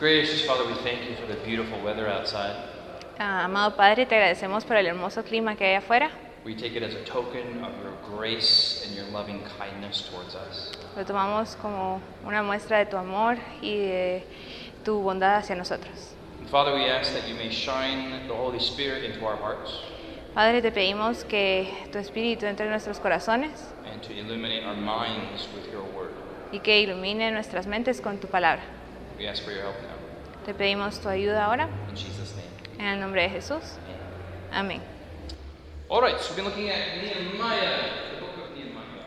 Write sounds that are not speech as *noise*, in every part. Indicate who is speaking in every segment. Speaker 1: Gracious Father, we thank you for the beautiful weather outside.
Speaker 2: Ah, amado Padre, te agradecemos por el hermoso clima que hay afuera.
Speaker 1: We take it as a token of your grace and your loving kindness towards us.
Speaker 2: Lo tomamos como una muestra de tu amor y de tu bondad hacia nosotros.
Speaker 1: And Father, we ask that you may shine the Holy Spirit into our hearts
Speaker 2: Padre, te pedimos que tu espíritu entre en nuestros corazones
Speaker 1: and to illuminate our minds with your word.
Speaker 2: y que ilumine nuestras mentes con tu palabra.
Speaker 1: We ask for your help now.
Speaker 2: Te pedimos tu ayuda ahora,
Speaker 1: In Jesus' name.
Speaker 2: en el nombre de Jesús.
Speaker 1: Amen.
Speaker 2: Amén.
Speaker 1: All right, so we've been looking at Nehemiah, the book of Nehemiah.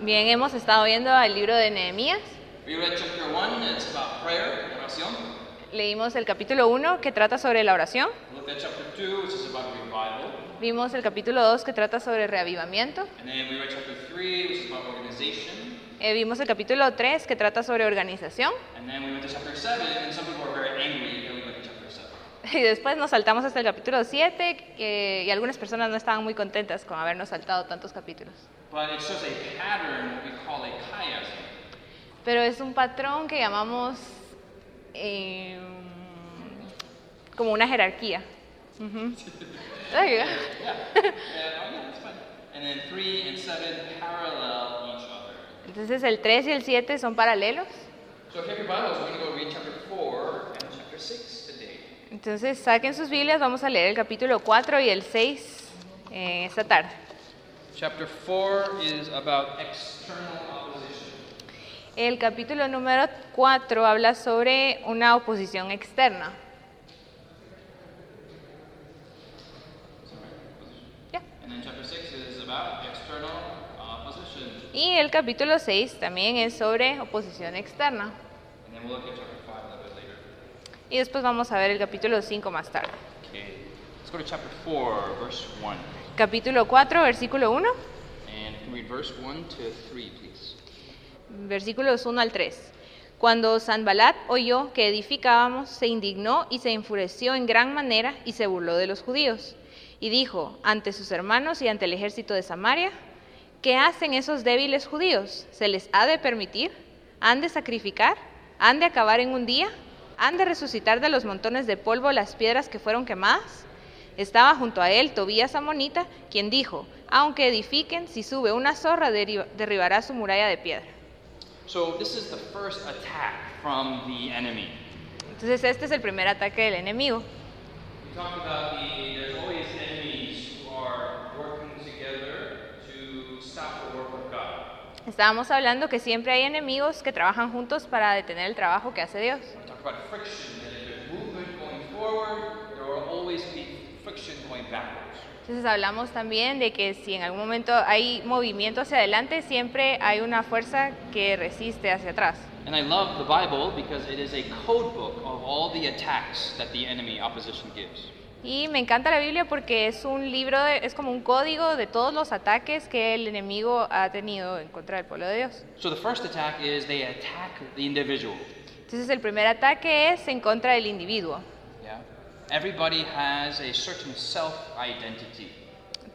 Speaker 2: Bien, hemos estado viendo el libro de Nehemías.
Speaker 1: We read chapter 1, it's about prayer and oración.
Speaker 2: Leímos el capítulo 1 que trata sobre la oración.
Speaker 1: We looked at chapter 2, which is about revival.
Speaker 2: Vimos el capítulo 2 que trata sobre reavivamiento.
Speaker 1: And then we read chapter 3, which is about organization.
Speaker 2: Eh, vimos el capítulo 3 que trata sobre organización. *laughs*
Speaker 1: And then we went to chapter 7, and some people were very angry that we went to chapter 7.
Speaker 2: Y después nos saltamos hasta el capítulo 7 que- y algunas personas no estaban muy contentas con habernos saltado tantos capítulos.
Speaker 1: But it shows a pattern that we call a chiasm.
Speaker 2: Pero es un patrón que llamamos eh, como una jerarquía. Ujú. Ay,
Speaker 1: Yeah. yeah, oh, yeah, that's fine. And then 3 and 7 parallel each other.
Speaker 2: Entonces el 3 y el 7 son paralelos.
Speaker 1: So if you have your Bibles, we're going to go read chapter 4 and chapter 6 today.
Speaker 2: Entonces saquen sus Biblias, vamos a leer el capítulo 4 y el 6 eh, esta tarde.
Speaker 1: Chapter 4 is about external opposition.
Speaker 2: El capítulo número 4 habla sobre una oposición externa. Ya.
Speaker 1: And then chapter 6 is about external opposition.
Speaker 2: Y el capítulo 6 también es sobre oposición externa.
Speaker 1: And then we'll look at chapter 5 a little bit later.
Speaker 2: Y después vamos a ver el capítulo 5 más tarde.
Speaker 1: Okay, let's go to chapter 4, verse 1.
Speaker 2: Capítulo 4, versículo 1,
Speaker 1: And you can read verse 1 to 3, please.
Speaker 2: versículos 1 al 3. Cuando Sanbalat oyó que edificábamos, se indignó y se enfureció en gran manera y se burló de los judíos. Y dijo ante sus hermanos y ante el ejército de Samaria, ¿qué hacen esos débiles judíos? ¿Se les ha de permitir? ¿Han de sacrificar? ¿Han de acabar en un día? ¿Han de resucitar de los montones de polvo las piedras que fueron quemadas? Estaba junto a él Tobías Amonita, quien dijo, aunque edifiquen, si sube una zorra derri- derribará su muralla de piedra.
Speaker 1: So, this is the first attack from the enemy.
Speaker 2: Entonces este es el primer ataque del enemigo.
Speaker 1: We talked about the, there's always enemies who are working together to stop the work of God.
Speaker 2: Estábamos hablando que siempre hay enemigos que trabajan juntos para detener el trabajo que hace Dios.
Speaker 1: We talked about friction, that if there's movement going forward, there will always be friction going backwards.
Speaker 2: Entonces hablamos también de que si en algún momento hay movimiento hacia adelante, siempre hay una fuerza que resiste hacia atrás.
Speaker 1: And I love the Bible because it is a code book of all the attacks that the enemy opposition gives.
Speaker 2: Y me encanta la Biblia porque es un libro, de- es como un código de todos los ataques que el enemigo ha tenido en contra del pueblo de Dios.
Speaker 1: So the first attack is they attack the individual.
Speaker 2: Entonces el primer ataque es en contra del individuo.
Speaker 1: Yeah. Everybody has a certain self identity.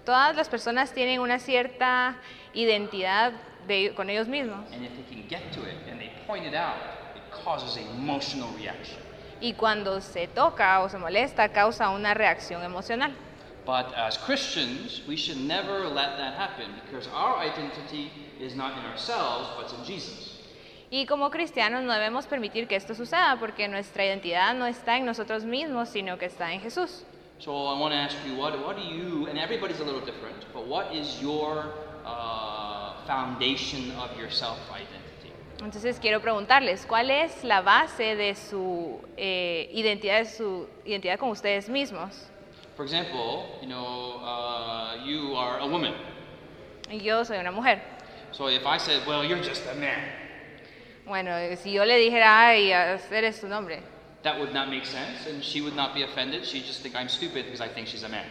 Speaker 2: Todas las personas tienen una cierta identidad de- con ellos mismos.
Speaker 1: And if they can get to it and they point it out, it causes emotional reaction.
Speaker 2: Y cuando se toca o se molesta, causa una reacción emocional.
Speaker 1: But as Christians, we should never let that happen because our identity is not in ourselves, but it's in Jesus.
Speaker 2: Y como cristianos no debemos permitir que esto suceda porque nuestra identidad no está en nosotros mismos, sino que está en Jesús.
Speaker 1: So I want to ask you, what, what do you, and everybody's a little different, but what is your uh, foundation of your self identity?
Speaker 2: Entonces quiero preguntarles, ¿cuál es la base de su eh, identidad, de su identidad con ustedes mismos?
Speaker 1: For example, you know, uh, you are a woman.
Speaker 2: Yo soy una mujer.
Speaker 1: So if I said, well, you're just a man,
Speaker 2: Bueno, eh, si yo le dijera, ay, eres un hombre,
Speaker 1: that would not make sense, and she would not be offended. She'd just think I'm stupid because I think she's a man.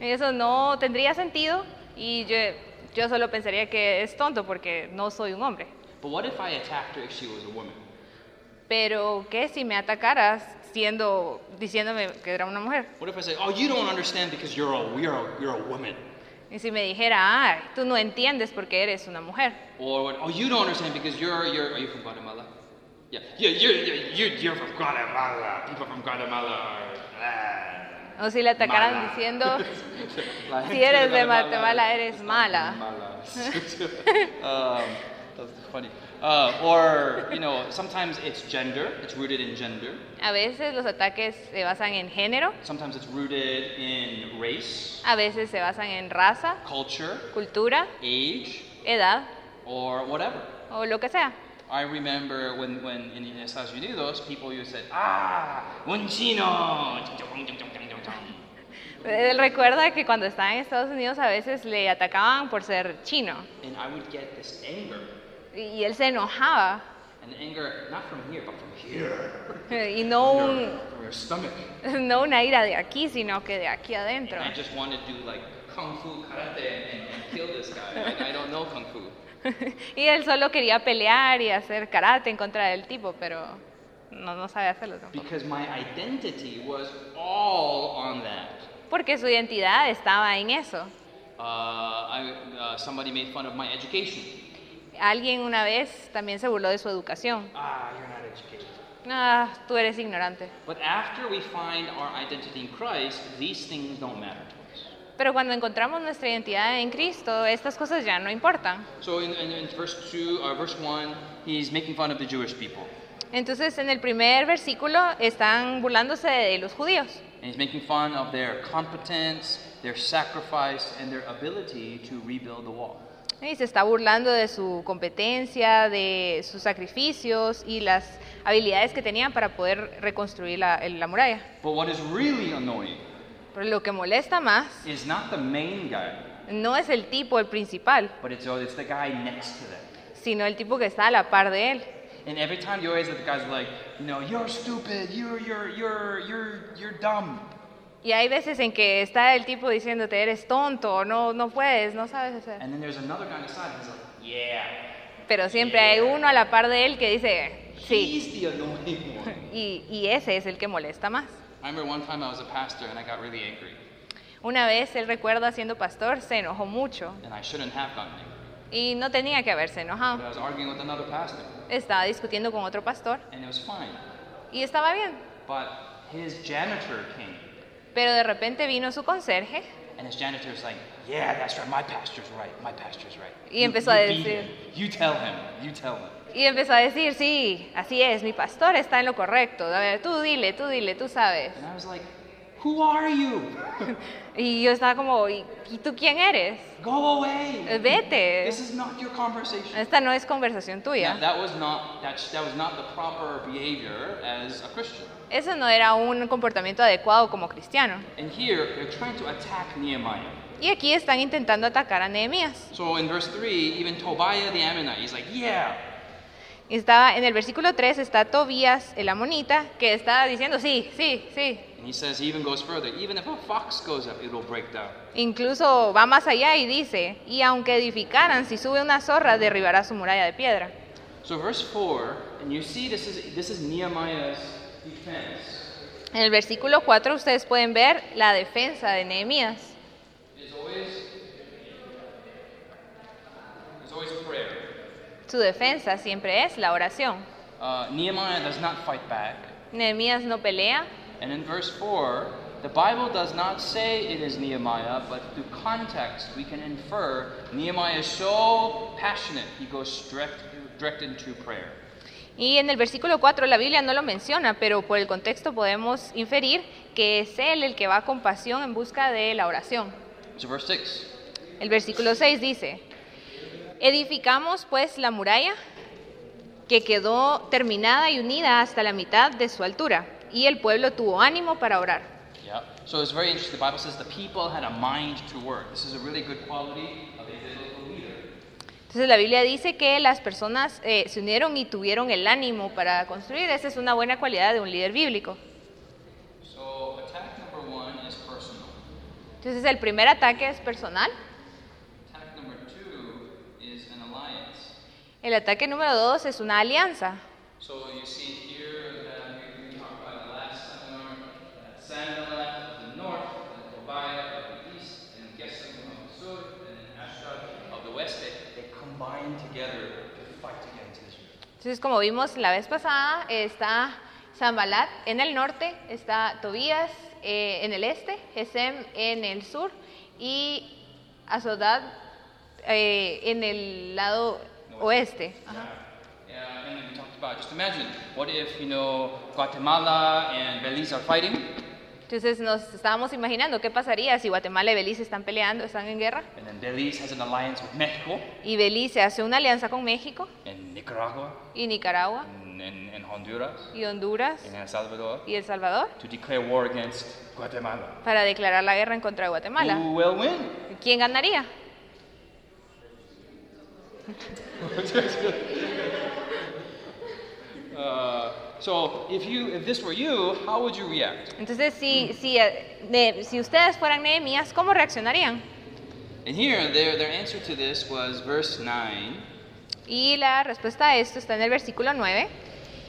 Speaker 2: eso no tendría sentido y yo, yo solo pensaría que es tonto porque no soy un hombre.
Speaker 1: But what if I attacked her if she was a woman?
Speaker 2: Pero ¿qué si me atacaras siendo, diciéndome que era una mujer?
Speaker 1: What if I said, oh, you don't understand because you're a, you're a, you're a woman?
Speaker 2: Y si me dijera, ay, tú no entiendes porque eres una mujer.
Speaker 1: Or, oh, you don't understand because you're, you're, are you from Guatemala? Yeah, *laughs* yeah, you, you, you, you're from Guatemala. People from Guatemala are. ah,
Speaker 2: O si le atacaran
Speaker 1: mala.
Speaker 2: diciendo,
Speaker 1: La
Speaker 2: "Si
Speaker 1: gente
Speaker 2: eres de Guatemala, eres
Speaker 1: es
Speaker 2: mala."
Speaker 1: *laughs*
Speaker 2: *laughs*
Speaker 1: mala. uh, um, that's funny. Uh, or, you know, sometimes it's gender, it's rooted in gender.
Speaker 2: a veces los ataques se basan en género,
Speaker 1: Sometimes it's rooted in race,
Speaker 2: a veces se basan en raza,
Speaker 1: culture,
Speaker 2: cultura,
Speaker 1: age,
Speaker 2: edad
Speaker 1: or whatever.
Speaker 2: o lo que sea.
Speaker 1: I remember when, when in the Estados Unidos, people used to say, ah, un chino.
Speaker 2: Él recuerda que cuando estaba en Estados Unidos a veces le atacaban por ser chino
Speaker 1: And I would get this anger.
Speaker 2: y- y él se enojaba *laughs*
Speaker 1: And anger, not from here, but from here.
Speaker 2: y no,
Speaker 1: From your-
Speaker 2: un-
Speaker 1: from your stomach.
Speaker 2: no una ira de aquí, sino que de aquí adentro.
Speaker 1: And I just want to do like kung fu karate and, and kill this guy. Like, I don't know kung fu.
Speaker 2: *laughs* y él solo quería pelear y hacer karate en contra del tipo, pero no, no sabe hacerlo tampoco.
Speaker 1: Because my identity was all on that.
Speaker 2: Porque su identidad estaba en eso.
Speaker 1: Uh, I, uh, somebody made fun of my education.
Speaker 2: Alguien una vez también se burló de su educación.
Speaker 1: Ah, you're not educated.
Speaker 2: Ah, tú eres ignorante.
Speaker 1: But after we find our identity in Christ, these things don't matter to us.
Speaker 2: Pero cuando encontramos nuestra identidad en Cristo, estas cosas ya no importan.
Speaker 1: So in, in, in verse two, uh, verse one, he's making fun of the Jewish people,
Speaker 2: Entonces, en el primer versículo están burlándose de los judíos.
Speaker 1: and he's making fun of their competence, their sacrifice, and their ability to rebuild the wall.
Speaker 2: Y se está burlando de su competencia, de sus sacrificios y las habilidades que tenían para poder reconstruir la, el- la muralla.
Speaker 1: But what is really annoying
Speaker 2: Pero lo que molesta más
Speaker 1: is not the main guy,
Speaker 2: no es el tipo, el principal,
Speaker 1: but it's, oh, it's the guy next to them.
Speaker 2: sino el tipo que está a la par de él.
Speaker 1: And every time you always let the guys like, you know, you're stupid, you're you're you're you're you're dumb.
Speaker 2: Y hay veces en que está el tipo diciéndote, eres tonto, no, no puedes, no sabes hacer.
Speaker 1: And then there's another guy on the side who's like, yeah.
Speaker 2: Pero siempre hay uno a la par de él que dice, sí.
Speaker 1: He's the annoying one. *laughs*
Speaker 2: Y, y ese es el que molesta más.
Speaker 1: I remember one time I was a pastor and I got really angry.
Speaker 2: Una vez él recuerda siendo pastor, se enojó mucho
Speaker 1: And I shouldn't have gotten angry.
Speaker 2: y no tenía que haberse
Speaker 1: But
Speaker 2: enojado.
Speaker 1: I was arguing with another pastor
Speaker 2: Estaba discutiendo con otro pastor
Speaker 1: and it was fine.
Speaker 2: y estaba bien.
Speaker 1: But his janitor came
Speaker 2: Pero de repente vino su conserje
Speaker 1: and his janitor's like, yeah, that's right, my pastor's right, my pastor's right.
Speaker 2: Y empezó a
Speaker 1: beat
Speaker 2: decir-
Speaker 1: him. You tell him, you tell him.
Speaker 2: y empezó a decir, sí, así es, mi pastor está en lo correcto. A ver, tú dile, tú dile, tú sabes. *laughs*
Speaker 1: And I was like, who are you?
Speaker 2: Y yo estaba como, ¿y y tú quién eres?
Speaker 1: Go
Speaker 2: Eh,
Speaker 1: away.
Speaker 2: Vete.
Speaker 1: This is not your conversation.
Speaker 2: Esta no es conversación
Speaker 1: Now,
Speaker 2: tuya.
Speaker 1: that was not that, that was not the proper behavior as a Christian.
Speaker 2: Eso no era un comportamiento adecuado como cristiano.
Speaker 1: And here they're trying to attack Nehemiah.
Speaker 2: Y aquí están intentando atacar a Nehemías.
Speaker 1: So in verse 3, even Tobiah the Ammonite, he's like, yeah.
Speaker 2: Estaba en el versículo 3 está Tobías el amonita que está diciendo sí, sí, sí.
Speaker 1: And he says, he even goes further, even if a fox goes up, it'll break down.
Speaker 2: Incluso va más allá y dice, y aunque edificaran, si sube una zorra, derribará su muralla de piedra.
Speaker 1: So verse 4, and you see this is, this is Nehemiah's defense.
Speaker 2: En el versículo 4 ustedes pueden ver la defensa de Nehemías.
Speaker 1: There's always, there's always prayer.
Speaker 2: Su defensa siempre es la oración.
Speaker 1: Uh, Nehemiah does not fight back.
Speaker 2: Nehemías no pelea.
Speaker 1: And in verse 4, the Bible does not say it is Nehemiah, but through context we can infer Nehemiah is so passionate, he goes direct, direct into prayer.
Speaker 2: Y en el versículo 4 la Biblia no lo menciona, pero por el contexto podemos inferir que es él el que va con pasión en busca de la oración.
Speaker 1: So verse 6,
Speaker 2: El versículo 6 dice, edificamos pues la muralla que quedó terminada y unida hasta la mitad de su altura, y el pueblo tuvo ánimo para orar.
Speaker 1: Yeah. So it's very interesting. The Bible says the people had a mind to work. This is a really good quality of a biblical leader.
Speaker 2: Entonces la Biblia dice que las personas eh, se unieron y tuvieron el ánimo para construir. Esa es una buena cualidad de un líder bíblico.
Speaker 1: So attack number one is personal.
Speaker 2: Entonces el primer ataque es personal,
Speaker 1: Attack number two is an alliance.
Speaker 2: el ataque número dos es una alianza.
Speaker 1: So you see here that we, we talked about in the last seminar that Sanballat of the north, and Tobiah of the east, and Gesem of the south, and Ashdod of the west. They, they combined together to fight against Israel.
Speaker 2: Entonces, como vimos la vez pasada, está Zambalat en el norte, está Tobías eh, en el este, Gesem en el sur y Azodad eh, en el lado oeste. Ajá.
Speaker 1: Yeah, and we talked about just imagine what if you know Guatemala and Belize are fighting,
Speaker 2: Entonces nos estábamos imaginando qué pasaría si Guatemala y Belice están peleando, están en guerra,
Speaker 1: and then Belize has an alliance with Mexico
Speaker 2: y Belice hace una alianza con México
Speaker 1: and Nicaragua
Speaker 2: y Nicaragua
Speaker 1: and, and, and Honduras
Speaker 2: y Honduras
Speaker 1: and El Salvador
Speaker 2: y El Salvador
Speaker 1: to declare war against Guatemala.
Speaker 2: para declarar la guerra en contra de Guatemala.
Speaker 1: Who will win?
Speaker 2: ¿Quién ganaría?
Speaker 1: Uh, so if you if this were you, how would you react?
Speaker 2: Entonces, si, si, eh, ne- si ustedes fueran Nehemías, ¿cómo reaccionarían?
Speaker 1: And here their their answer to this was verse nine.
Speaker 2: Y la respuesta a esto está en el versículo 9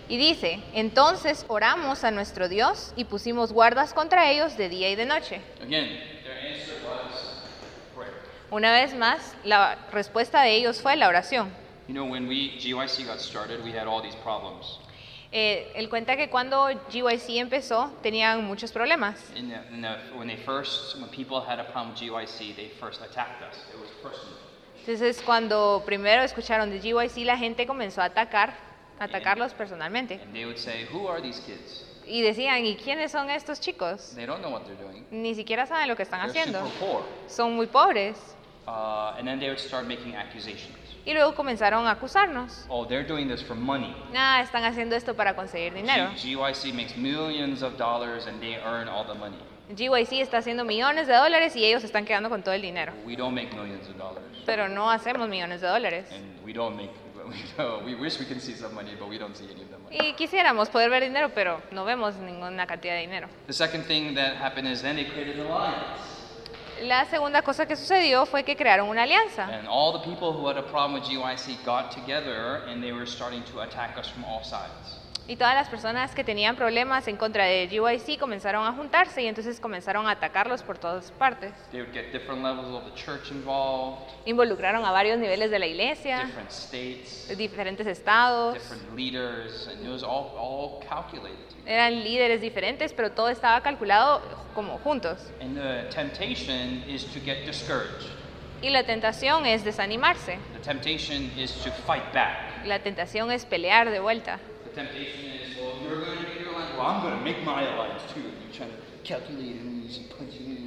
Speaker 2: y dice, entonces oramos a nuestro Dios y pusimos guardas contra ellos de día y de noche.
Speaker 1: Again, their answer was prayer.
Speaker 2: Una vez más, la respuesta de ellos fue la oración.
Speaker 1: You know, when we GYC got started, we had all these problems.
Speaker 2: Eh, él cuenta que cuando GYC empezó tenían muchos problemas.
Speaker 1: In the, in the, when they first, when people had a problem with GYC, they first attacked us. It was personal.
Speaker 2: Entonces cuando primero escucharon de GYC la gente comenzó a atacar, a atacarlos personalmente.
Speaker 1: And they would say, "Who are these kids?
Speaker 2: Y decían, ¿y quiénes son estos chicos?
Speaker 1: They don't know what they're doing.
Speaker 2: Ni siquiera saben lo que están
Speaker 1: They're
Speaker 2: haciendo.
Speaker 1: super poor."
Speaker 2: Son muy pobres.
Speaker 1: Uh, and then they would start making accusations.
Speaker 2: Y luego comenzaron a acusarnos.
Speaker 1: Oh, they're doing this for money.
Speaker 2: Ah, están haciendo esto para conseguir dinero.
Speaker 1: G- GYC makes millions of dollars and they earn all the money.
Speaker 2: GYC está haciendo millones de dólares y ellos están quedando con todo el dinero.
Speaker 1: We don't make millions of dollars.
Speaker 2: Pero no hacemos millones de dólares.
Speaker 1: And we don't make, *laughs* we, don't, we wish we can see some money, but we don't see any of the money.
Speaker 2: Y quisiéramos poder ver dinero, pero no vemos ninguna cantidad de dinero.
Speaker 1: The second thing that happened is then they created an alliance.
Speaker 2: La segunda cosa que sucedió fue que crearon una alianza.
Speaker 1: And all the people who had a problem with GYC got together and they were starting to attack us from all sides.
Speaker 2: Y todas las personas que tenían problemas en contra de GYC comenzaron a juntarse y entonces comenzaron a atacarlos por todas partes.
Speaker 1: They would get different levels of the church involved,
Speaker 2: Involucraron a varios niveles de la iglesia,
Speaker 1: different states,
Speaker 2: de diferentes estados,
Speaker 1: different leaders, and it was all, all calculated.
Speaker 2: eran líderes diferentes, pero todo estaba calculado como juntos.
Speaker 1: And the temptation is to get discouraged.
Speaker 2: Y la tentación es desanimarse,
Speaker 1: The temptation is to fight back.
Speaker 2: la tentación es pelear de vuelta.
Speaker 1: The temptation is, well, you're going to make your alliance. Well, I'm going to make my alliance too. And you're trying to calculate and use and punch it in.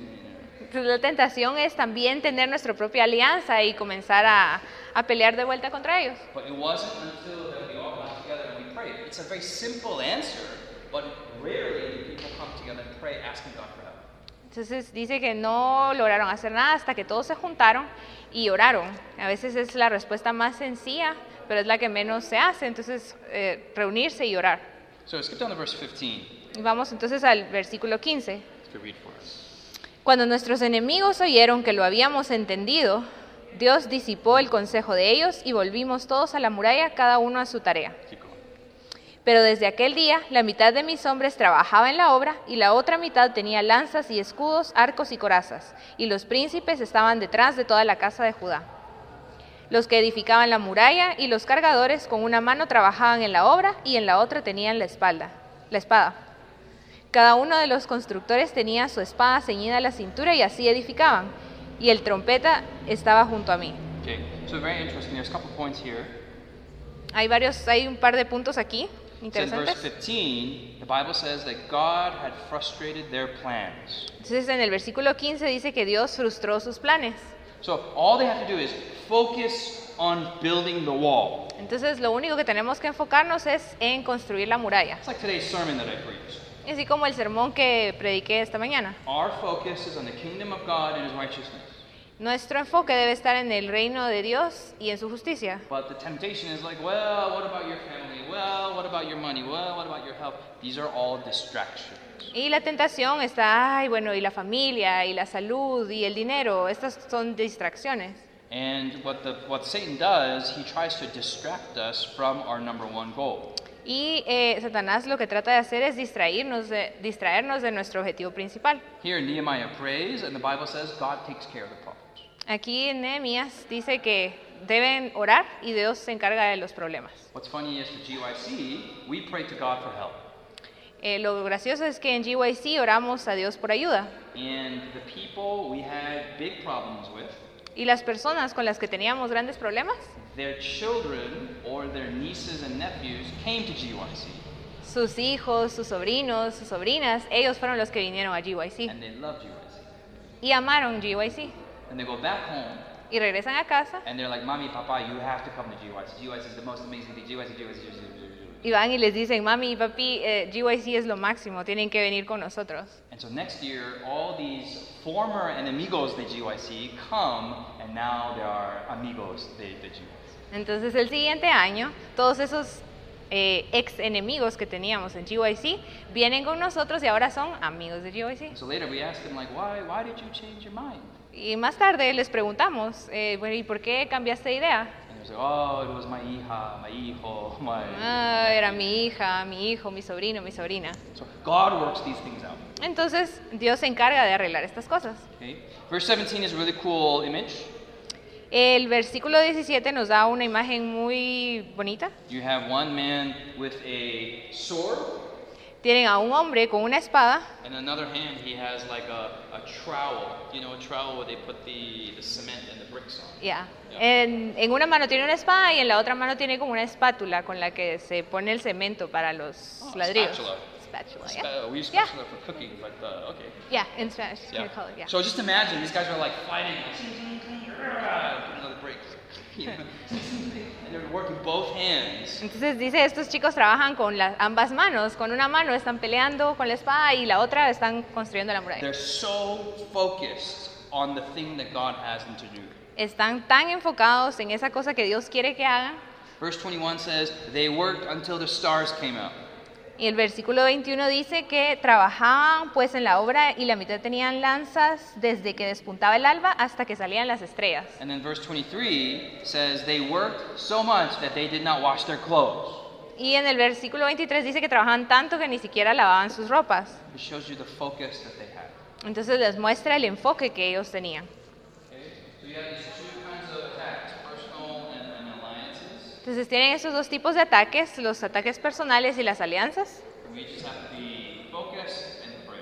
Speaker 2: Entonces, la tentación es también tener nuestra propia alianza y comenzar a, a pelear de vuelta contra ellos.
Speaker 1: But it wasn't until that we all got together and we prayed. It's a very simple answer, but rarely do people come together and pray asking God for help.
Speaker 2: Entonces dice que no lograron hacer nada hasta que todos se juntaron y oraron. A veces es la respuesta más sencilla, pero es la que menos se hace. Entonces eh, reunirse y orar.
Speaker 1: So skip down to verse 15
Speaker 2: Y Vamos entonces al versículo 15.
Speaker 1: to read for us.
Speaker 2: Cuando nuestros enemigos oyeron que lo habíamos entendido, Dios disipó el consejo de ellos y volvimos todos a la muralla, cada uno a su tarea.
Speaker 1: Keep going.
Speaker 2: Pero desde aquel día, la mitad de mis hombres trabajaba en la obra y la otra mitad tenía lanzas y escudos, arcos y corazas, y los príncipes estaban detrás de toda la casa de Judá. Los que edificaban la muralla y los cargadores con una mano trabajaban en la obra y en la otra tenían la espalda, la espada. Cada uno de los constructores tenía su espada ceñida a la cintura y así edificaban, y el trompeta estaba junto a mí.
Speaker 1: Okay, so very interesting. There's a couple points here.
Speaker 2: Hay varios, hay un par de puntos aquí
Speaker 1: So in verse
Speaker 2: interesantes.
Speaker 1: 15, the Bible says that God had frustrated their plans.
Speaker 2: Entonces en el versículo 15 dice que Dios frustró sus planes.
Speaker 1: So all they have to do is focus on building the wall.
Speaker 2: Entonces lo único que tenemos que enfocarnos es en construir la muralla.
Speaker 1: It's like today's sermon that I preached.
Speaker 2: Y Así como el sermón que prediqué esta mañana.
Speaker 1: Our focus is on the kingdom of God and his righteousness.
Speaker 2: Nuestro enfoque debe estar en el reino de Dios y en su justicia.
Speaker 1: But the temptation is like, well, what about your family? Well, what about your money? Well, what about your health? These are all distractions.
Speaker 2: Y la tentación está, ay, bueno, y la familia, y la salud, y el dinero. Estas son distracciones.
Speaker 1: And what, the, what Satan does, he tries to distract us from our number one goal.
Speaker 2: Y eh, Satanás lo que trata de hacer es distraernos de, distraernos de nuestro objetivo principal.
Speaker 1: Here, Nehemiah prays, and the Bible says God takes care of the problems.
Speaker 2: Aquí en Nehemías dice que deben orar y Dios se encarga de los problemas.
Speaker 1: What's funny is the GYC, we pray to God for help.
Speaker 2: Eh, lo gracioso es que en GYC oramos a Dios por ayuda
Speaker 1: And the people we had big problems with,
Speaker 2: y las personas con las que teníamos grandes problemas,
Speaker 1: their children or their nieces and nephews came to GYC
Speaker 2: sus hijos, sus sobrinos, sus sobrinas, ellos fueron los que vinieron a GYC
Speaker 1: and they loved GYC.
Speaker 2: y amaron GYC
Speaker 1: And they go back home
Speaker 2: y regresan a casa
Speaker 1: and they're like, Mommy, Papa, you have to come to GYC. GYC is the most amazing thing. GYC, GYC, GYC.
Speaker 2: y van y les dicen, mami y papi, eh, GYC es lo máximo, tienen que venir con nosotros.
Speaker 1: And so next year, all these former enemigos de GYC come, and now they are amigos de, de GYC.
Speaker 2: Entonces el siguiente año, todos esos eh, ex enemigos que teníamos en GYC vienen con nosotros y ahora son amigos de GYC.
Speaker 1: So later we asked them, like, why, why did you change your mind?
Speaker 2: Y más tarde les preguntamos, eh, bueno, ¿y por qué cambiaste de idea?
Speaker 1: And they was like, oh, it was my hija, my hijo, *laughs* my...
Speaker 2: Ah, era mi hija, mi hijo, mi sobrino, mi sobrina.
Speaker 1: So God works these things out.
Speaker 2: Entonces Dios se encarga de arreglar estas cosas.
Speaker 1: Okay? Verse 17 is a really cool image.
Speaker 2: El versículo 17 nos da una imagen muy bonita.
Speaker 1: You have one man with a sword,
Speaker 2: Tienen a un hombre con una espada
Speaker 1: and another hand he has like a, a trowel. You know, a trowel where they put the, the cement and the bricks on.
Speaker 2: Ya.
Speaker 1: Ya.
Speaker 2: En, en una mano tiene una espada y en la otra mano tiene como una espátula con la que se pone el cemento para los
Speaker 1: Oh,
Speaker 2: ladrillos.
Speaker 1: spatula.
Speaker 2: Spatula, ya.
Speaker 1: Spa- Uh, we use
Speaker 2: Ya.
Speaker 1: spatula for cooking, but uh, okay.
Speaker 2: Ya, in Spanish,
Speaker 1: Yeah.
Speaker 2: we call it, ya.
Speaker 1: So just imagine these guys are like fighting, another break, *laughs* you know, and they're working both hands.
Speaker 2: Entonces dice, estos chicos trabajan con las ambas manos, con una mano están peleando con la espada y la otra están construyendo la muralla.
Speaker 1: They're so focused on the thing that God has them to do.
Speaker 2: Están tan enfocados en esa cosa que Dios quiere que hagan.
Speaker 1: Verse 21 says, They worked until the stars came out.
Speaker 2: Y el versículo 21 dice que trabajaban pues en la obra y la mitad tenían lanzas desde que despuntaba el alba hasta que salían las estrellas.
Speaker 1: And then verse 23 says, They worked so much that they did not wash their clothes.
Speaker 2: Y en el versículo 23 dice que trabajaban tanto que ni siquiera lavaban sus ropas.
Speaker 1: It shows you the focus that they had.
Speaker 2: Entonces les muestra el enfoque que ellos tenían.
Speaker 1: Okay? So you have these two kinds of attacks personal and, and alliances.
Speaker 2: Entonces tienen esos dos tipos de ataques, los ataques personales y las alianzas.
Speaker 1: We just have to be focused and pray.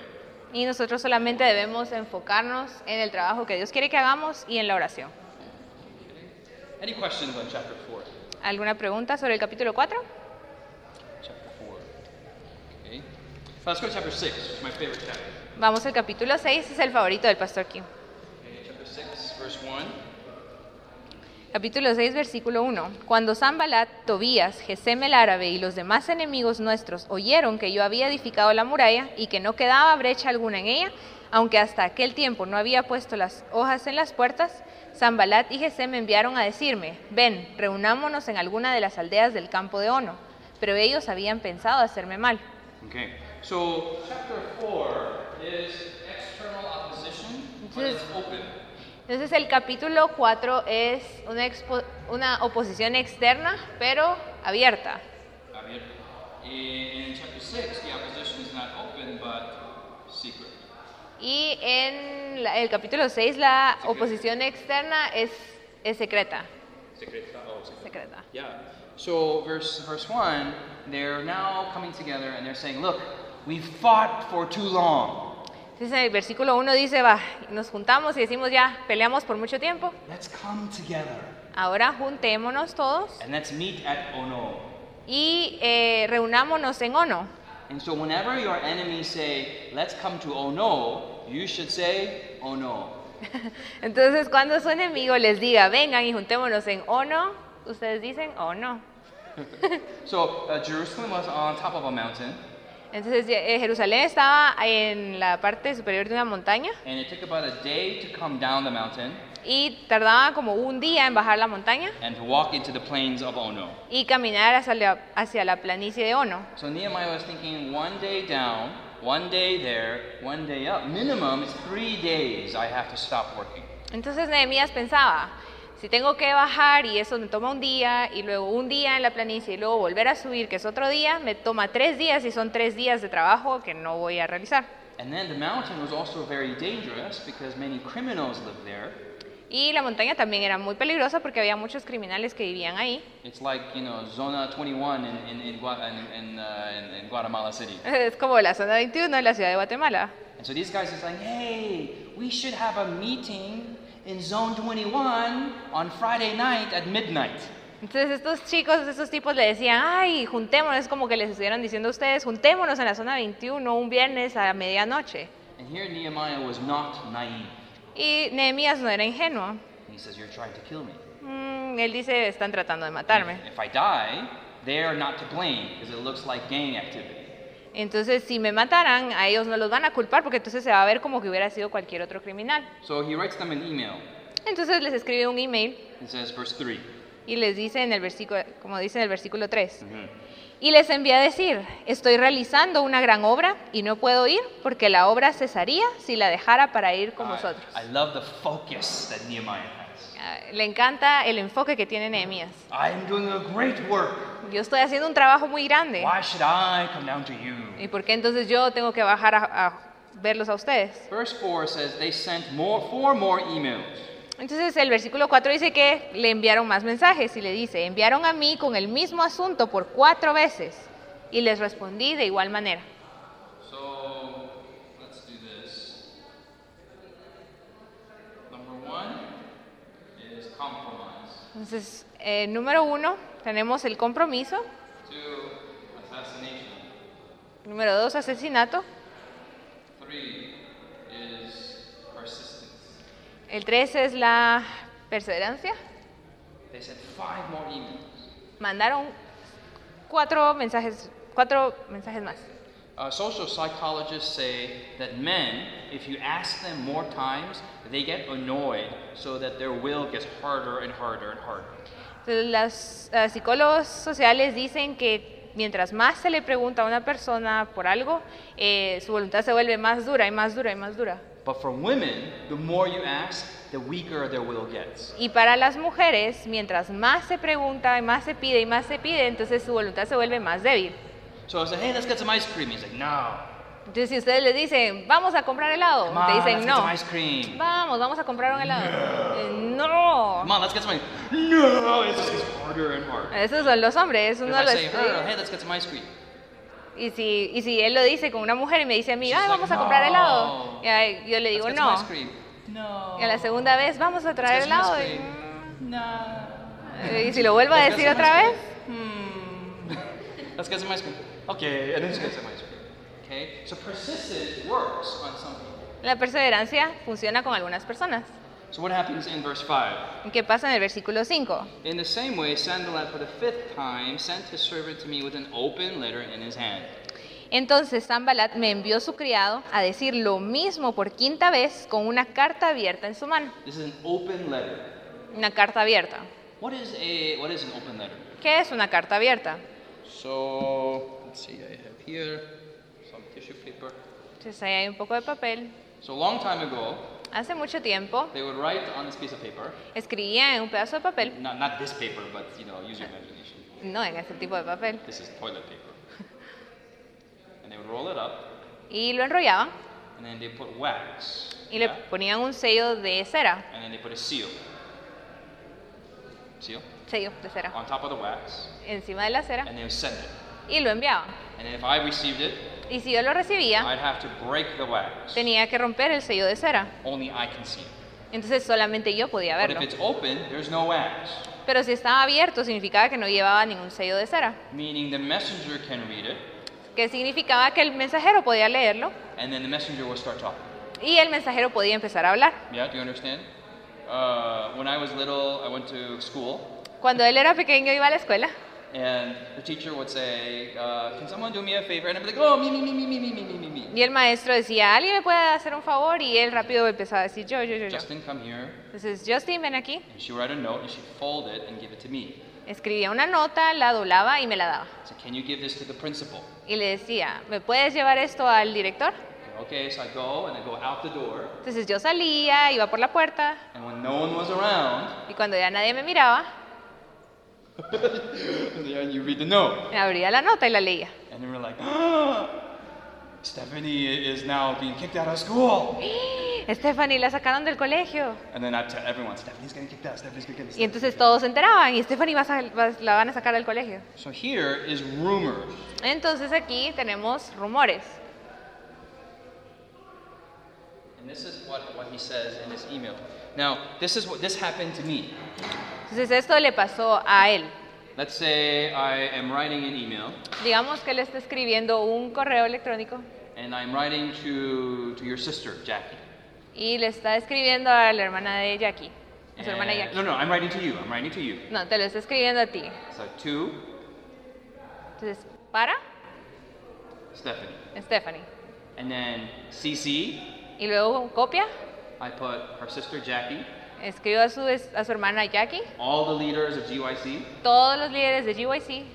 Speaker 2: Y nosotros solamente debemos enfocarnos en el trabajo que Dios quiere que hagamos y en la oración.
Speaker 1: Any questions on chapter 4?
Speaker 2: ¿Alguna pregunta sobre el capítulo 4?
Speaker 1: Chapter 4. Okay. Let's go to chapter 6, which is my favorite chapter.
Speaker 2: Vamos al capítulo 6, es el favorito del pastor Kim.
Speaker 1: Okay, chapter 6, verse 1.
Speaker 2: Capítulo 6, versículo 1. Cuando Zambalat, Tobías, Gesem el árabe y los demás enemigos nuestros oyeron que yo había edificado la muralla y que no quedaba brecha alguna en ella, aunque hasta aquel tiempo no había puesto las hojas en las puertas, Zambalat y Gesem enviaron a decirme, ven, reunámonos en alguna de las aldeas del campo de Ono. Pero ellos habían pensado hacerme mal.
Speaker 1: Okay. So, chapter 4 is external opposition, but
Speaker 2: This-
Speaker 1: it's open.
Speaker 2: Entonces el capítulo 4 es una, expo- una oposición externa, pero abierta.
Speaker 1: I mean, in, in chapter 6, the opposition is not open, but secret.
Speaker 2: Y en la- el capítulo 6 la oposición externa es, es secreta.
Speaker 1: Secret. Oh, secret.
Speaker 2: secreta.
Speaker 1: Yeah. So, verse, verse 1, they're now coming together and they're saying, Look, we've fought for too long.
Speaker 2: Entonces en el versículo 1 dice, va, nos juntamos y decimos ya, peleamos por mucho tiempo,
Speaker 1: Let's come together.
Speaker 2: ahora juntémonos todos
Speaker 1: And let's meet at Ono.
Speaker 2: y eh, reunámonos en Ono.
Speaker 1: And so whenever your enemies say, let's come to Ono, you should say, Ono.
Speaker 2: Entonces cuando su enemigo les diga, vengan y juntémonos en Ono, ustedes dicen Ono.
Speaker 1: So uh, Jerusalem was on top of a mountain,
Speaker 2: Entonces eh, Jerusalén estaba en la parte superior de una montaña
Speaker 1: and it took about a day to come down the mountain
Speaker 2: y tardaba como un día en bajar la montaña.
Speaker 1: and to walk into the plains of Ono.
Speaker 2: y caminar hacia la, hacia la planicie de Ono.
Speaker 1: So Nehemiah was thinking, one day down, one day there, one day up. Minimum is three days I have to stop working.
Speaker 2: Entonces Nehemías pensaba, si tengo que bajar y eso me toma un día, y luego un día en la planicie, y luego volver a subir, que es otro día, me toma tres días y son tres días de trabajo que no voy a realizar.
Speaker 1: And then the mountain was also very dangerous because many criminals lived there.
Speaker 2: Y la montaña también era muy peligrosa porque había muchos criminales que vivían ahí. *laughs*
Speaker 1: It's like, you know, Zona 21 in, in, in, Gua- in, in, uh, in, in Guatemala City.
Speaker 2: Es como la zona 21 de la ciudad de Guatemala.
Speaker 1: And so these guys are saying, hey, we should have a meeting in Zone 21 on Friday night at midnight.
Speaker 2: Entonces estos chicos, estos tipos le decían, ay, juntémonos, es como que les estuvieran diciendo a ustedes, juntémonos en la zona 21 un viernes a medianoche.
Speaker 1: And here Nehemiah was not naive.
Speaker 2: Y Nehemías no era ingenuo.
Speaker 1: He says, You're trying to kill me.
Speaker 2: Mm, él dice, están tratando de matarme.
Speaker 1: If I die, they are not to blame because it looks like gang activity.
Speaker 2: Entonces, si me mataran, a ellos no los van a culpar porque entonces se va a ver como que hubiera sido cualquier otro criminal.
Speaker 1: So he writes them an email
Speaker 2: Entonces les escribe un email
Speaker 1: and says, verse 3.
Speaker 2: y les dice en el versículo, como dice en el versículo 3, y les envía a decir, estoy realizando una gran obra y no puedo ir porque la obra cesaría si la dejara para ir con
Speaker 1: I,
Speaker 2: vosotros.
Speaker 1: I love the focus that Nehemiah has.
Speaker 2: Ah, Le encanta el enfoque que tiene Nehemías.
Speaker 1: I am doing a great work.
Speaker 2: Yo estoy haciendo un trabajo muy grande.
Speaker 1: Why should I come down to you?
Speaker 2: ¿Y por qué entonces yo tengo que bajar a, a verlos a ustedes?
Speaker 1: Verse 4 says they sent more four more emails.
Speaker 2: Entonces el versículo 4 dice que le enviaron más mensajes y le dice, enviaron a mí con el mismo asunto por cuatro veces y les respondí de igual manera.
Speaker 1: So let's do this. Number one is compromise.
Speaker 2: Entonces, eh, número uno, tenemos el compromiso.
Speaker 1: Two, assassination.
Speaker 2: Número dos, asesinato.
Speaker 1: Three is persistence.
Speaker 2: El tres es la perseverancia.
Speaker 1: They sent five more emails.
Speaker 2: Mandaron cuatro mensajes, cuatro mensajes más.
Speaker 1: Uh, social psychologists say that men, if you ask them more times, they get annoyed so that their will gets harder and harder and harder.
Speaker 2: Entonces, las eh, psicólogos sociales dicen que mientras más se le pregunta a una persona por algo, eh, su voluntad se vuelve más dura y más dura y más dura.
Speaker 1: But for women, the more you ask, the weaker their will gets.
Speaker 2: Y para las mujeres, mientras más se pregunta y más se pide y más se pide, entonces su voluntad se vuelve más débil.
Speaker 1: So I said, hey, let's get some ice cream. He's like, no.
Speaker 2: Entonces, si ustedes les dicen, vamos a comprar helado,
Speaker 1: Come on,
Speaker 2: te
Speaker 1: let's
Speaker 2: dicen
Speaker 1: get
Speaker 2: no.
Speaker 1: some ice cream.
Speaker 2: Vamos, vamos a comprar un helado. Eh,
Speaker 1: Come
Speaker 2: No.
Speaker 1: on, let's get some ice *laughs* No, it just gets harder and harder.
Speaker 2: Esos son los hombres,
Speaker 1: If
Speaker 2: uno
Speaker 1: I
Speaker 2: los
Speaker 1: say, her, hey, let's get some ice cream.
Speaker 2: y si, y si él lo dice con una mujer y me dice a mí,
Speaker 1: She's
Speaker 2: "Ay,
Speaker 1: like,
Speaker 2: vamos a comprar
Speaker 1: "No".
Speaker 2: helado. Y ahí yo le
Speaker 1: Let's
Speaker 2: digo
Speaker 1: get some
Speaker 2: no.
Speaker 1: ice cream. No.
Speaker 2: Y a la segunda vez, vamos a traer
Speaker 1: get some ice
Speaker 2: helado. Y,
Speaker 1: cream. No.
Speaker 2: mm, y si lo vuelvo a
Speaker 1: Let's get
Speaker 2: decir
Speaker 1: some ice
Speaker 2: otra vez,
Speaker 1: Let's get some ice cream. Okay, and then she gets some ice cream. Okay? So persistence works on some people.
Speaker 2: mm, la perseverancia funciona con algunas personas.
Speaker 1: So what happens in verse 5?
Speaker 2: ¿Qué pasa en el versículo 5?
Speaker 1: In the same way, Sanballat for the fifth time sent his servant to me with an open letter in his hand.
Speaker 2: Entonces Sanbalat me envió su criado a decir lo mismo por quinta vez con una carta abierta en su mano.
Speaker 1: This is an open letter.
Speaker 2: Una carta abierta.
Speaker 1: What is a what is an open letter?
Speaker 2: ¿Qué es una carta abierta?
Speaker 1: So let's see, I have here some tissue paper.
Speaker 2: Entonces ahí hay un poco de papel.
Speaker 1: So a long time ago,
Speaker 2: Hace mucho tiempo
Speaker 1: they would write on this piece of paper.
Speaker 2: escribía en un pedazo de papel,
Speaker 1: Not not this paper, but you know, use your imagination.
Speaker 2: no en este tipo de papel,
Speaker 1: This is toilet paper. and they would roll it up,
Speaker 2: y lo enrollaban
Speaker 1: and then they put wax.
Speaker 2: y le
Speaker 1: yeah?
Speaker 2: ponían un sello de cera,
Speaker 1: And then they put a seal. Seal?
Speaker 2: sello de cera,
Speaker 1: On top of the wax.
Speaker 2: encima de la cera
Speaker 1: And they would send it.
Speaker 2: y lo enviaban.
Speaker 1: And if I received it,
Speaker 2: Y si yo lo recibía,
Speaker 1: I'd have to break the wax.
Speaker 2: tenía que romper el sello de cera.
Speaker 1: Only I can see it.
Speaker 2: Entonces solamente yo podía
Speaker 1: But
Speaker 2: verlo.
Speaker 1: if it's open, there's no wax.
Speaker 2: Pero si estaba abierto significaba que no llevaba ningún sello de cera,
Speaker 1: Meaning the messenger can read it,
Speaker 2: que significaba que el mensajero podía leerlo
Speaker 1: and then the messenger will start talking.
Speaker 2: y el mensajero podía empezar a hablar.
Speaker 1: Yeah, do you understand? Uh, when I was little, I went to school.
Speaker 2: Cuando él era pequeño iba a la escuela
Speaker 1: And the teacher would say, uh, "Can someone do me a favor?" And I'd be like, "Oh, me, me, me, me, me, me, me, me, me, me."
Speaker 2: y el maestro decía, ¿alguien me puede hacer un favor? Y él rápido empezaba a decir, yo, yo, yo, yo.
Speaker 1: Justin, come here.
Speaker 2: Entonces, Justin, ven aquí.
Speaker 1: And she would write a note and she'd fold it and give it to me.
Speaker 2: Escribía una nota, la doblaba y me la daba.
Speaker 1: I said, "Can you give this to the principal?"
Speaker 2: Y le decía, ¿me puedes llevar esto al director?
Speaker 1: Okay, so I go and I go out the door.
Speaker 2: Entonces yo salía, iba por la puerta
Speaker 1: And when no one was around,
Speaker 2: y cuando ya nadie me miraba,
Speaker 1: yeah, you read the note,
Speaker 2: me abría la nota y la leía.
Speaker 1: and "Ah, then we're like, "Stephanie is now being kicked out of school."
Speaker 2: Stephanie la sacaron del colegio.
Speaker 1: And then I'd tell everyone, Stephanie's getting kicked out, Stephanie's getting
Speaker 2: Y
Speaker 1: kicked out.
Speaker 2: entonces todos se enteraban y Stephanie va a sa- va- la van a sacar del colegio.
Speaker 1: So here is rumor.
Speaker 2: Entonces aquí tenemos rumores.
Speaker 1: And this is what, what he says in his email. Now, this is what this happened to me.
Speaker 2: Entonces esto le pasó a él.
Speaker 1: Let's say I am writing an email
Speaker 2: Digamos que él está escribiendo un correo electrónico
Speaker 1: and I'm writing to, to your sister, Jackie.
Speaker 2: y le está escribiendo a la hermana de Jackie. A su hermana
Speaker 1: And-
Speaker 2: Jackie.
Speaker 1: Eh, no, no, I'm writing to you. I'm writing to you.
Speaker 2: No, te lo está escribiendo a ti.
Speaker 1: So to
Speaker 2: Entonces, para
Speaker 1: Stephanie.
Speaker 2: Stephanie.
Speaker 1: And then CC,
Speaker 2: Y luego copia,
Speaker 1: I put her sister, Jackie,
Speaker 2: escribe a su, a su hermana Jackie,
Speaker 1: all the leaders of GYC,
Speaker 2: todos los líderes de GYC,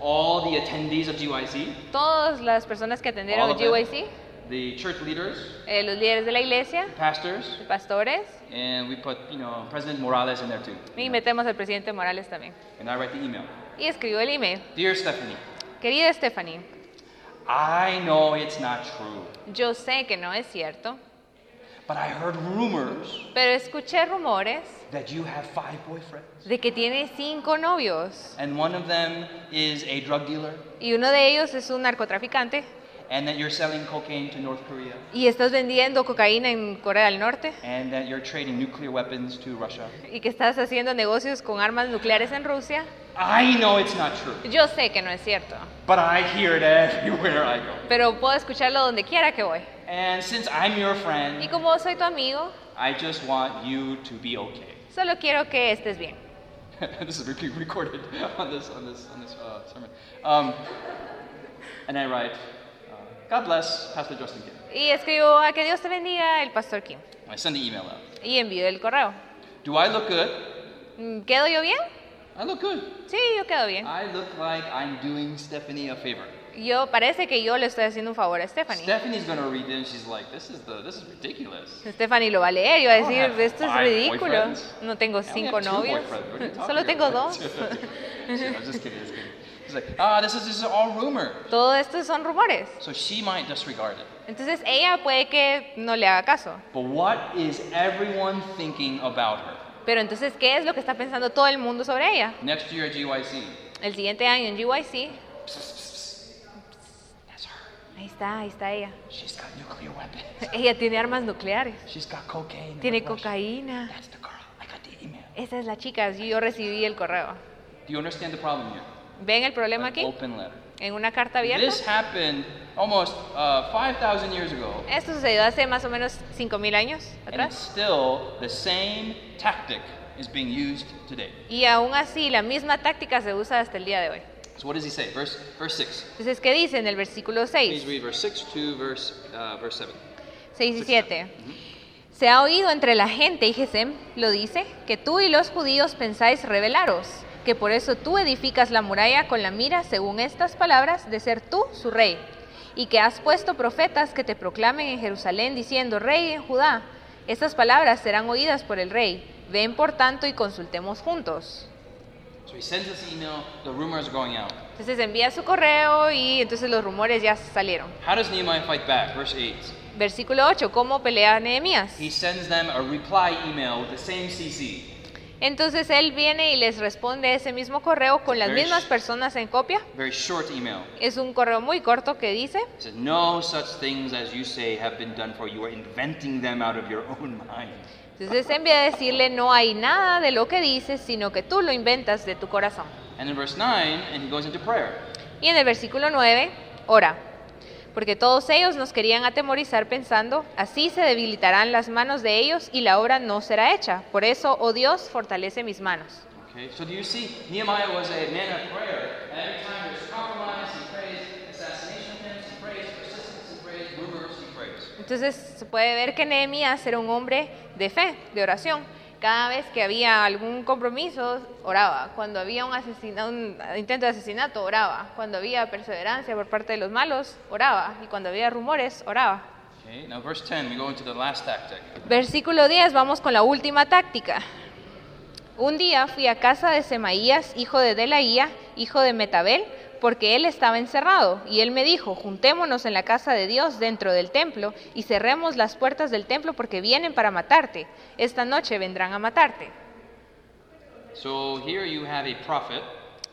Speaker 1: all the attendees of GYC,
Speaker 2: todas las personas que
Speaker 1: all
Speaker 2: atendieron
Speaker 1: of them,
Speaker 2: GYC,
Speaker 1: the church leaders,
Speaker 2: eh, los líderes de la iglesia,
Speaker 1: pastors,
Speaker 2: pastores,
Speaker 1: and we put, you know, President Morales in there too.
Speaker 2: y metemos al presidente Morales también.
Speaker 1: And I write the email.
Speaker 2: Y escribió el email.
Speaker 1: Dear Stephanie,
Speaker 2: Querida Stephanie,
Speaker 1: I know it's not true,
Speaker 2: yo sé que no es cierto,
Speaker 1: but I heard rumors
Speaker 2: pero escuché rumores
Speaker 1: that you have five boyfriends.
Speaker 2: de que tiene cinco novios
Speaker 1: And one of them is a drug dealer,
Speaker 2: y uno de ellos es un narcotraficante
Speaker 1: and that you're selling cocaine to North Korea,
Speaker 2: y estás vendiendo cocaína en Corea del Norte
Speaker 1: and that you're trading nuclear weapons to Russia.
Speaker 2: y que estás haciendo negocios con armas nucleares en Rusia.
Speaker 1: I know it's not true,
Speaker 2: Yo sé que no es cierto,
Speaker 1: but I hear it everywhere I go.
Speaker 2: pero puedo escucharlo donde quiera que voy.
Speaker 1: And since I'm your
Speaker 2: Y
Speaker 1: friend,
Speaker 2: como soy tu amigo,
Speaker 1: I just want you to be okay. *laughs*
Speaker 2: solo quiero que estés bien.
Speaker 1: this is being recorded *laughs* on this on this on this uh, sermon. Um, and I write, uh, God bless Pastor Justin Kim.
Speaker 2: Y escribo a que Dios te bendiga el pastor Kim.
Speaker 1: I send the email out.
Speaker 2: Y envío el correo.
Speaker 1: Do I look good?
Speaker 2: Mm, ¿Quedo yo bien?
Speaker 1: I look good.
Speaker 2: Sí, yo quedo bien.
Speaker 1: I look like I'm doing Stephanie a favor.
Speaker 2: Yo parece que yo le estoy haciendo un favor a Stephanie.
Speaker 1: Stephanie's gonna read it and she's like, this is the this is ridiculous.
Speaker 2: Stephanie lo va a leer y va a
Speaker 1: I don't
Speaker 2: decir,
Speaker 1: have
Speaker 2: esto es
Speaker 1: Oh, five
Speaker 2: ridículo.
Speaker 1: boyfriends.
Speaker 2: No tengo
Speaker 1: I only
Speaker 2: cinco
Speaker 1: have two
Speaker 2: novios.
Speaker 1: boyfriends. What are you
Speaker 2: *laughs*
Speaker 1: talking
Speaker 2: Solo tengo
Speaker 1: about?" *laughs*
Speaker 2: dos.
Speaker 1: I was just kidding. Just kidding. She's like, ah, this is, this is all rumor.
Speaker 2: Todo esto son rumores.
Speaker 1: So she might disregard it.
Speaker 2: Entonces ella puede que no le haga caso.
Speaker 1: But what is everyone thinking about her?
Speaker 2: Pero entonces, ¿qué es lo que está pensando todo el mundo sobre ella?
Speaker 1: Next year at GYC,
Speaker 2: El siguiente año en GYC,
Speaker 1: that's her.
Speaker 2: ahí está, ahí está ella. *laughs*
Speaker 1: She's got nuclear weapons.
Speaker 2: Ella tiene armas nucleares,
Speaker 1: She's got cocaine.
Speaker 2: tiene
Speaker 1: Russia.
Speaker 2: cocaína.
Speaker 1: That's the girl. I got the email.
Speaker 2: Esa es la chica, sí, yo recibí el correo.
Speaker 1: Do you understand the problem here?
Speaker 2: ¿Ven el problema
Speaker 1: An
Speaker 2: aquí?
Speaker 1: open letter.
Speaker 2: En una carta abierta.
Speaker 1: This happened almost uh, 5,000 years ago,
Speaker 2: Esto sucedió hace más o menos 5.000 años
Speaker 1: and it's
Speaker 2: atrás.
Speaker 1: still the same tactic is being used today.
Speaker 2: Y aún así, la misma táctica se usa hasta el día de hoy.
Speaker 1: So what does he say? Verse, verse 6.
Speaker 2: Entonces, ¿qué dice en el versículo
Speaker 1: Please
Speaker 2: 6,
Speaker 1: read verse 6 to verse, uh, verse 7.
Speaker 2: 6 y 7? Se ha oído entre la gente, y Gesem lo dice, que tú y los judíos pensáis rebelaros, que por eso tú edificas la muralla con la mira, según estas palabras, de ser tú su rey, y que has puesto profetas que te proclamen en Jerusalén diciendo, rey en Judá. Estas palabras serán oídas por el rey. Ven por tanto y consultemos juntos.
Speaker 1: So he sends this email, the rumors are going out.
Speaker 2: Entonces envía su correo y entonces los rumores ya salieron.
Speaker 1: How does Nehemiah fight back? Verse 8.
Speaker 2: Versículo 8, ¿cómo pelea Nehemías?
Speaker 1: He sends them a reply email with the same CC.
Speaker 2: Entonces él viene y les responde ese mismo correo con las
Speaker 1: Very
Speaker 2: mismas
Speaker 1: sh-
Speaker 2: personas en copia.
Speaker 1: Very short email.
Speaker 2: Es un correo muy corto que dice,
Speaker 1: He says, No such things as you say have been done for you. You are inventing them out of your own *laughs* mind.
Speaker 2: entonces envía a decirle no hay nada de lo que dices, sino que tú lo inventas de tu corazón.
Speaker 1: And in verse 9, and he goes into prayer.
Speaker 2: Y en el versículo 9, ora, porque todos ellos nos querían atemorizar pensando, así se debilitarán las manos de ellos y la obra no será hecha. Por eso, oh Dios, fortalece mis manos.
Speaker 1: Okay, so do you see? Nehemiah was a man of prayer. And every time there's compromise, he prays. Assassination attempts, he prays. Persistence, he prays. Rumors, he prays.
Speaker 2: Entonces se puede ver que Nehemías era un hombre de fe, de oración. Cada vez que había algún compromiso, oraba. Cuando había un, asesina- un intento de asesinato, oraba. Cuando había perseverancia por parte de los malos, oraba. Y cuando había rumores, oraba.
Speaker 1: Okay, now verse 10, we go into the last tactic.
Speaker 2: Versículo 10, vamos con la última táctica. Un día fui a casa de Semaías, hijo de Delaía, hijo de Metabel, porque él estaba encerrado, y él me dijo, juntémonos en la casa de Dios dentro del templo, y cerremos las puertas del templo porque vienen para matarte. Esta noche vendrán a matarte.
Speaker 1: So here you have a prophet,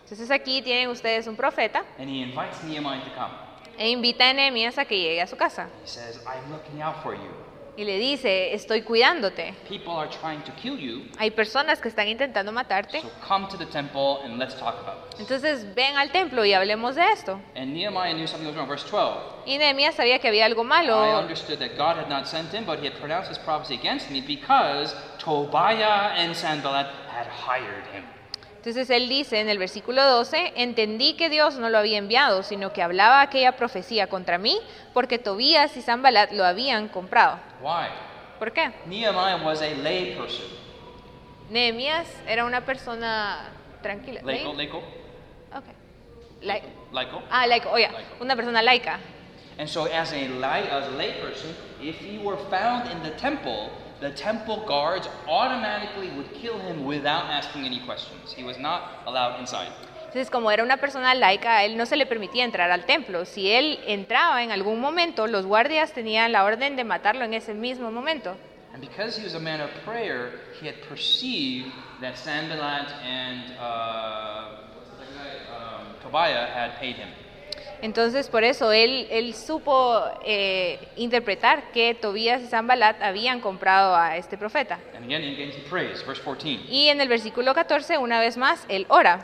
Speaker 2: Entonces aquí tienen ustedes un profeta
Speaker 1: and he invites Nehemiah to come.
Speaker 2: e invita a Nehemías a que llegue a su casa.
Speaker 1: He says, I'm looking out for you.
Speaker 2: Y le dice, estoy cuidándote.
Speaker 1: People are trying to kill you,
Speaker 2: Hay personas que están intentando matarte.
Speaker 1: so come to the temple and let's talk about this.
Speaker 2: Entonces ven al templo y hablemos de esto.
Speaker 1: And Nehemiah knew something was wrong. Verse 12.
Speaker 2: Y Nehemías sabía que había algo
Speaker 1: I
Speaker 2: malo.
Speaker 1: understood that God had not sent him, but he had pronounced his prophecy against me because Tobiah and Sanballat had hired him.
Speaker 2: Entonces él dice en el versículo 12, entendí que Dios no lo había enviado, sino que hablaba aquella profecía contra mí, porque Tobías y Zambalat lo habían comprado.
Speaker 1: Why?
Speaker 2: ¿Por qué?
Speaker 1: Nehemiah was a lay person.
Speaker 2: Nehemías era una persona tranquila.
Speaker 1: Laico,
Speaker 2: ¿sí?
Speaker 1: laico,
Speaker 2: Ok. Lai-
Speaker 1: laico.
Speaker 2: ah, laico, oye,
Speaker 1: Laico.
Speaker 2: una persona laica.
Speaker 1: And so, as a lay, as a lay person, if he were found in the temple, the temple guards automatically would kill him without asking any questions. He was not allowed inside.
Speaker 2: Entonces, como era una persona laica, a él no se le permitía entrar al templo. Si él entraba en algún momento, los guardias tenían la orden de matarlo en ese mismo momento.
Speaker 1: And because he was a man of prayer, he had perceived that Sanballat and uh, what's the guy? Um, Tobiah had paid him.
Speaker 2: Entonces, por eso él, él supo eh, interpretar que Tobías y Zambalat habían comprado a este profeta.
Speaker 1: And again, and again he prays. Verse 14.
Speaker 2: Y en el versículo 14, una vez más, él ora.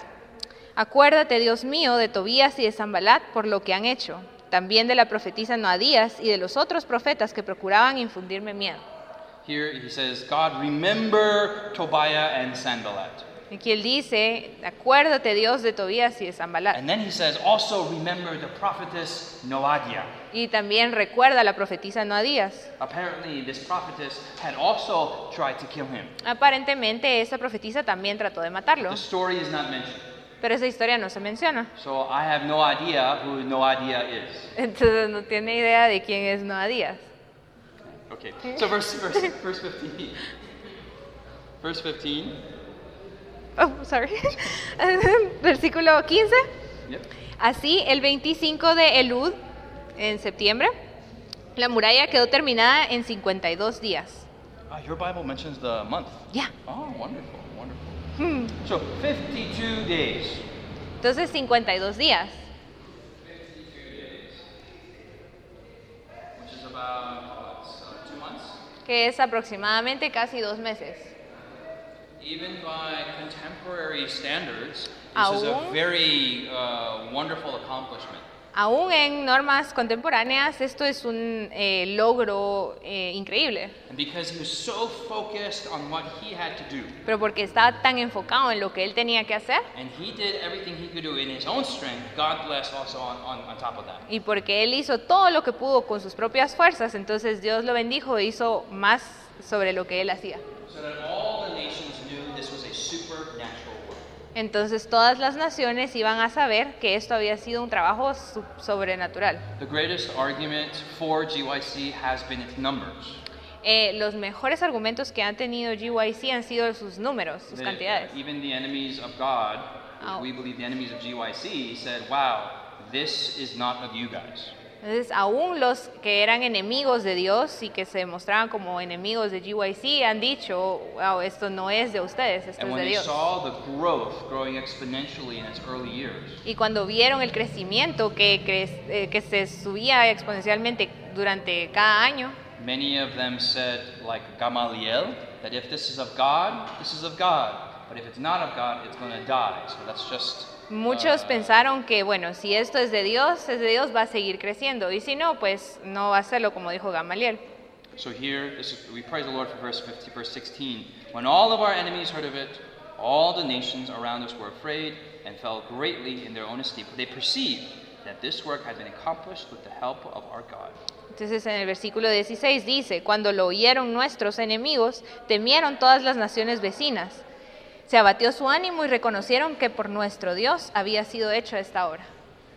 Speaker 2: Acuérdate, Dios mío, de Tobías y de Zambalat por lo que han hecho, también de la profetisa Noadías y de los otros profetas que procuraban infundirme miedo.
Speaker 1: Here he says, God, remember Tobiah and Sanballat.
Speaker 2: Aquí él dice, acuérdate Dios de Tobías y de Zambalat.
Speaker 1: And then he says, also remember the prophetess Noadiah.
Speaker 2: Y también recuerda a la profetisa Noadías.
Speaker 1: Apparently, this prophetess had also tried to kill him.
Speaker 2: Aparentemente esa profetisa también trató de matarlo,
Speaker 1: The story is not mentioned.
Speaker 2: pero esa historia no se menciona.
Speaker 1: So I have no idea who Noadiah is.
Speaker 2: *laughs* Entonces no tiene idea de quién es Noadías.
Speaker 1: Okay. So verse, verse, verse 15. Verse 15.
Speaker 2: Oh, sorry. *laughs* Versículo 15.
Speaker 1: Yep.
Speaker 2: Así, el 25 de Elud, en septiembre, la muralla quedó terminada en 52 días.
Speaker 1: Ah, your Bible mentions the month.
Speaker 2: Ya.
Speaker 1: Oh, wonderful, wonderful.
Speaker 2: Hmm.
Speaker 1: So 52 days.
Speaker 2: Entonces, 52 días.
Speaker 1: Which is about uh, two months.
Speaker 2: que es aproximadamente casi dos meses.
Speaker 1: Even by contemporary standards, this is a
Speaker 2: Aún-
Speaker 1: very uh, wonderful accomplishment.
Speaker 2: Aún en normas contemporáneas, esto es un eh, logro eh, increíble,
Speaker 1: And because he was so focused on what he had to do,
Speaker 2: pero porque estaba tan enfocado en lo que él tenía que hacer
Speaker 1: and he did everything he could do in his own strength, God blessed also on, on, on top of that.
Speaker 2: y porque él hizo todo lo que pudo con sus propias fuerzas, entonces Dios lo bendijo e hizo más sobre lo que él hacía.
Speaker 1: So that all the nations knew this was a supernatural work.
Speaker 2: Entonces todas las naciones iban a saber que esto había sido un trabajo su- sobrenatural.
Speaker 1: The greatest argument for GYC has been its numbers.
Speaker 2: Eh, los mejores argumentos que han tenido GYC han sido sus números, sus
Speaker 1: The-
Speaker 2: cantidades.
Speaker 1: even the enemies of God, which
Speaker 2: Oh.
Speaker 1: we believe the enemies of GYC, said, wow, this is not of you guys.
Speaker 2: Entonces, aún los que eran enemigos de Dios y que se mostraban como enemigos de GYC han dicho, wow, esto no es de ustedes, esto
Speaker 1: And
Speaker 2: es
Speaker 1: when
Speaker 2: de
Speaker 1: they
Speaker 2: Dios.
Speaker 1: saw the growth growing exponentially in its early years,
Speaker 2: Y cuando vieron el crecimiento que, cre- eh, que se subía exponencialmente durante cada año,
Speaker 1: Many of them said, like Gamaliel, that if this is of God, this is of God. But if it's not of God, it's going to die. So that's just.
Speaker 2: muchos
Speaker 1: uh,
Speaker 2: pensaron que, bueno, si esto es de Dios, es de Dios, va a seguir creciendo. Y si no, pues no va a hacerlo como dijo Gamaliel.
Speaker 1: So here, this is, we praise the Lord for verse 50, verse 16. When all of our enemies heard of it, all the nations around us were afraid and fell greatly in their own esteem. For they perceived that this work had been accomplished with the help of our God.
Speaker 2: Entonces en el versículo 16 dice, cuando lo oyeron nuestros enemigos, temieron todas las naciones vecinas. Se abatió su ánimo y reconocieron que por nuestro Dios había sido hecho esta obra.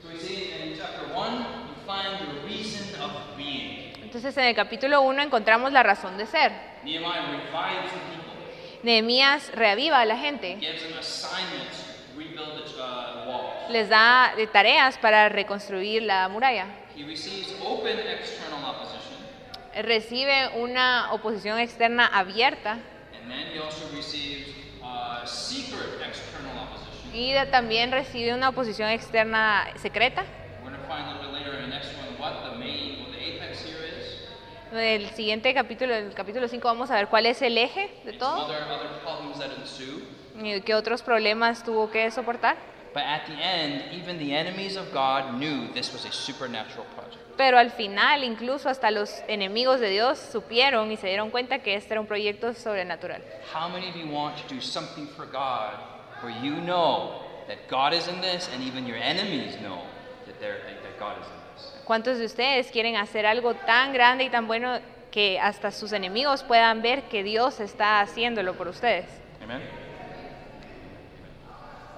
Speaker 1: So we see in chapter 1, you find the reason of being.
Speaker 2: Entonces en el capítulo 1 encontramos la razón de ser.
Speaker 1: Nehemiah revives the people.
Speaker 2: Nehemías reaviva a la gente
Speaker 1: gives an assignment to rebuild the uh, walls.
Speaker 2: les da eh, tareas para reconstruir la muralla.
Speaker 1: He receives open external opposition,
Speaker 2: Recibe una oposición externa abierta
Speaker 1: and then he also receives uh, secret external opposition.
Speaker 2: y de- también recibe una oposición externa secreta.
Speaker 1: We're going to find a little bit later in the next one what the main, what the apex here is.
Speaker 2: En el siguiente capítulo, en el capítulo 5, vamos a ver cuál es el eje de
Speaker 1: and some
Speaker 2: todo
Speaker 1: other, other problems that ensue.
Speaker 2: y qué otros problemas tuvo que soportar.
Speaker 1: But at the end, even the enemies of God knew this was a supernatural project.
Speaker 2: Pero al final, incluso hasta los enemigos de Dios supieron y se dieron cuenta que este era un proyecto sobrenatural.
Speaker 1: How many of you want to do something for God where you know that God is in this and even your enemies know that, they're, that that God is in this?
Speaker 2: ¿Cuántos de ustedes quieren hacer algo tan grande y tan bueno que hasta sus enemigos puedan ver que Dios está haciéndolo por ustedes?
Speaker 1: Amen?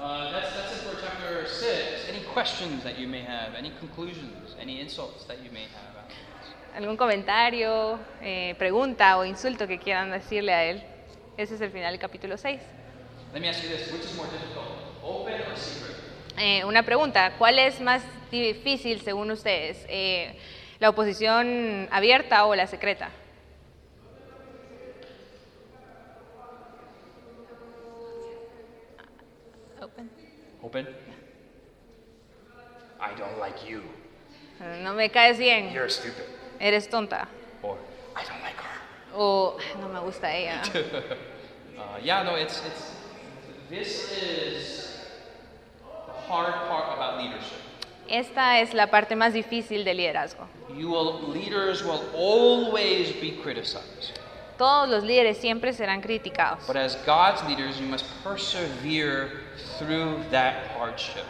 Speaker 1: Uh, that's, that's it for chapter 6. Any questions that you may have, any conclusions, any insults that you may have afterwards?
Speaker 2: ¿Algún comentario, eh, pregunta o insulto que quieran decirle a Él? Ese es el final del capítulo 6.
Speaker 1: Let me ask you this which is more difficult, open or secret?
Speaker 2: Eh, una pregunta, ¿cuál es más difícil según ustedes? Eh, ¿La oposición abierta o la secreta?
Speaker 1: Open? I don't like you.
Speaker 2: No me caes bien,
Speaker 1: You're stupid.
Speaker 2: eres tonta.
Speaker 1: Or I don't like her.
Speaker 2: O "Ay, no me gusta ella.
Speaker 1: *laughs* Uh, yeah, no, it's it's this is the hard part about leadership.
Speaker 2: Esta es la parte más difícil del liderazgo.
Speaker 1: You will leaders will always be criticized.
Speaker 2: Todos los líderes siempre serán criticados,
Speaker 1: But as God's leaders, you must persevere through that hardship.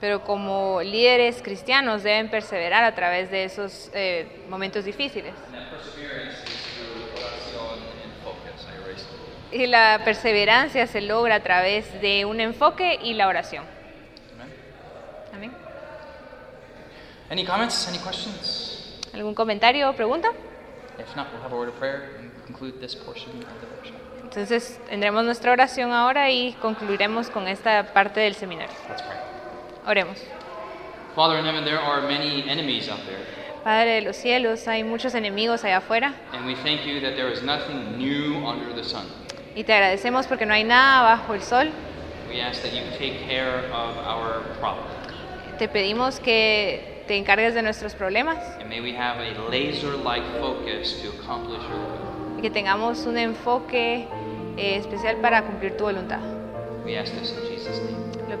Speaker 2: pero como líderes cristianos deben perseverar a través de esos eh, momentos difíciles.
Speaker 1: And that perseverance is through oración and focus. I erased it.
Speaker 2: Y la perseverancia se logra a través de un enfoque y la oración.
Speaker 1: Amen.
Speaker 2: Amén.
Speaker 1: Any comments? Any questions?
Speaker 2: ¿Algún comentario o pregunta?
Speaker 1: If not, we'll have a word of prayer and conclude this portion of the workshop.
Speaker 2: Entonces tendremos nuestra oración ahora y concluiremos con esta parte del seminario.
Speaker 1: Let's pray.
Speaker 2: Oremos.
Speaker 1: Father in heaven, there are many enemies out there.
Speaker 2: Padre de los cielos, hay muchos enemigos allá afuera
Speaker 1: And we thank you that there is nothing new under the sun.
Speaker 2: y te agradecemos porque no hay nada bajo el sol.
Speaker 1: We ask that you take care of our problem.
Speaker 2: Te pedimos que te encargues de nuestros problemas
Speaker 1: And may we have a laser like focus to accomplish your will.
Speaker 2: y que tengamos un enfoque eh, especial para cumplir tu voluntad.
Speaker 1: We ask this in Jesus' name.
Speaker 2: Lo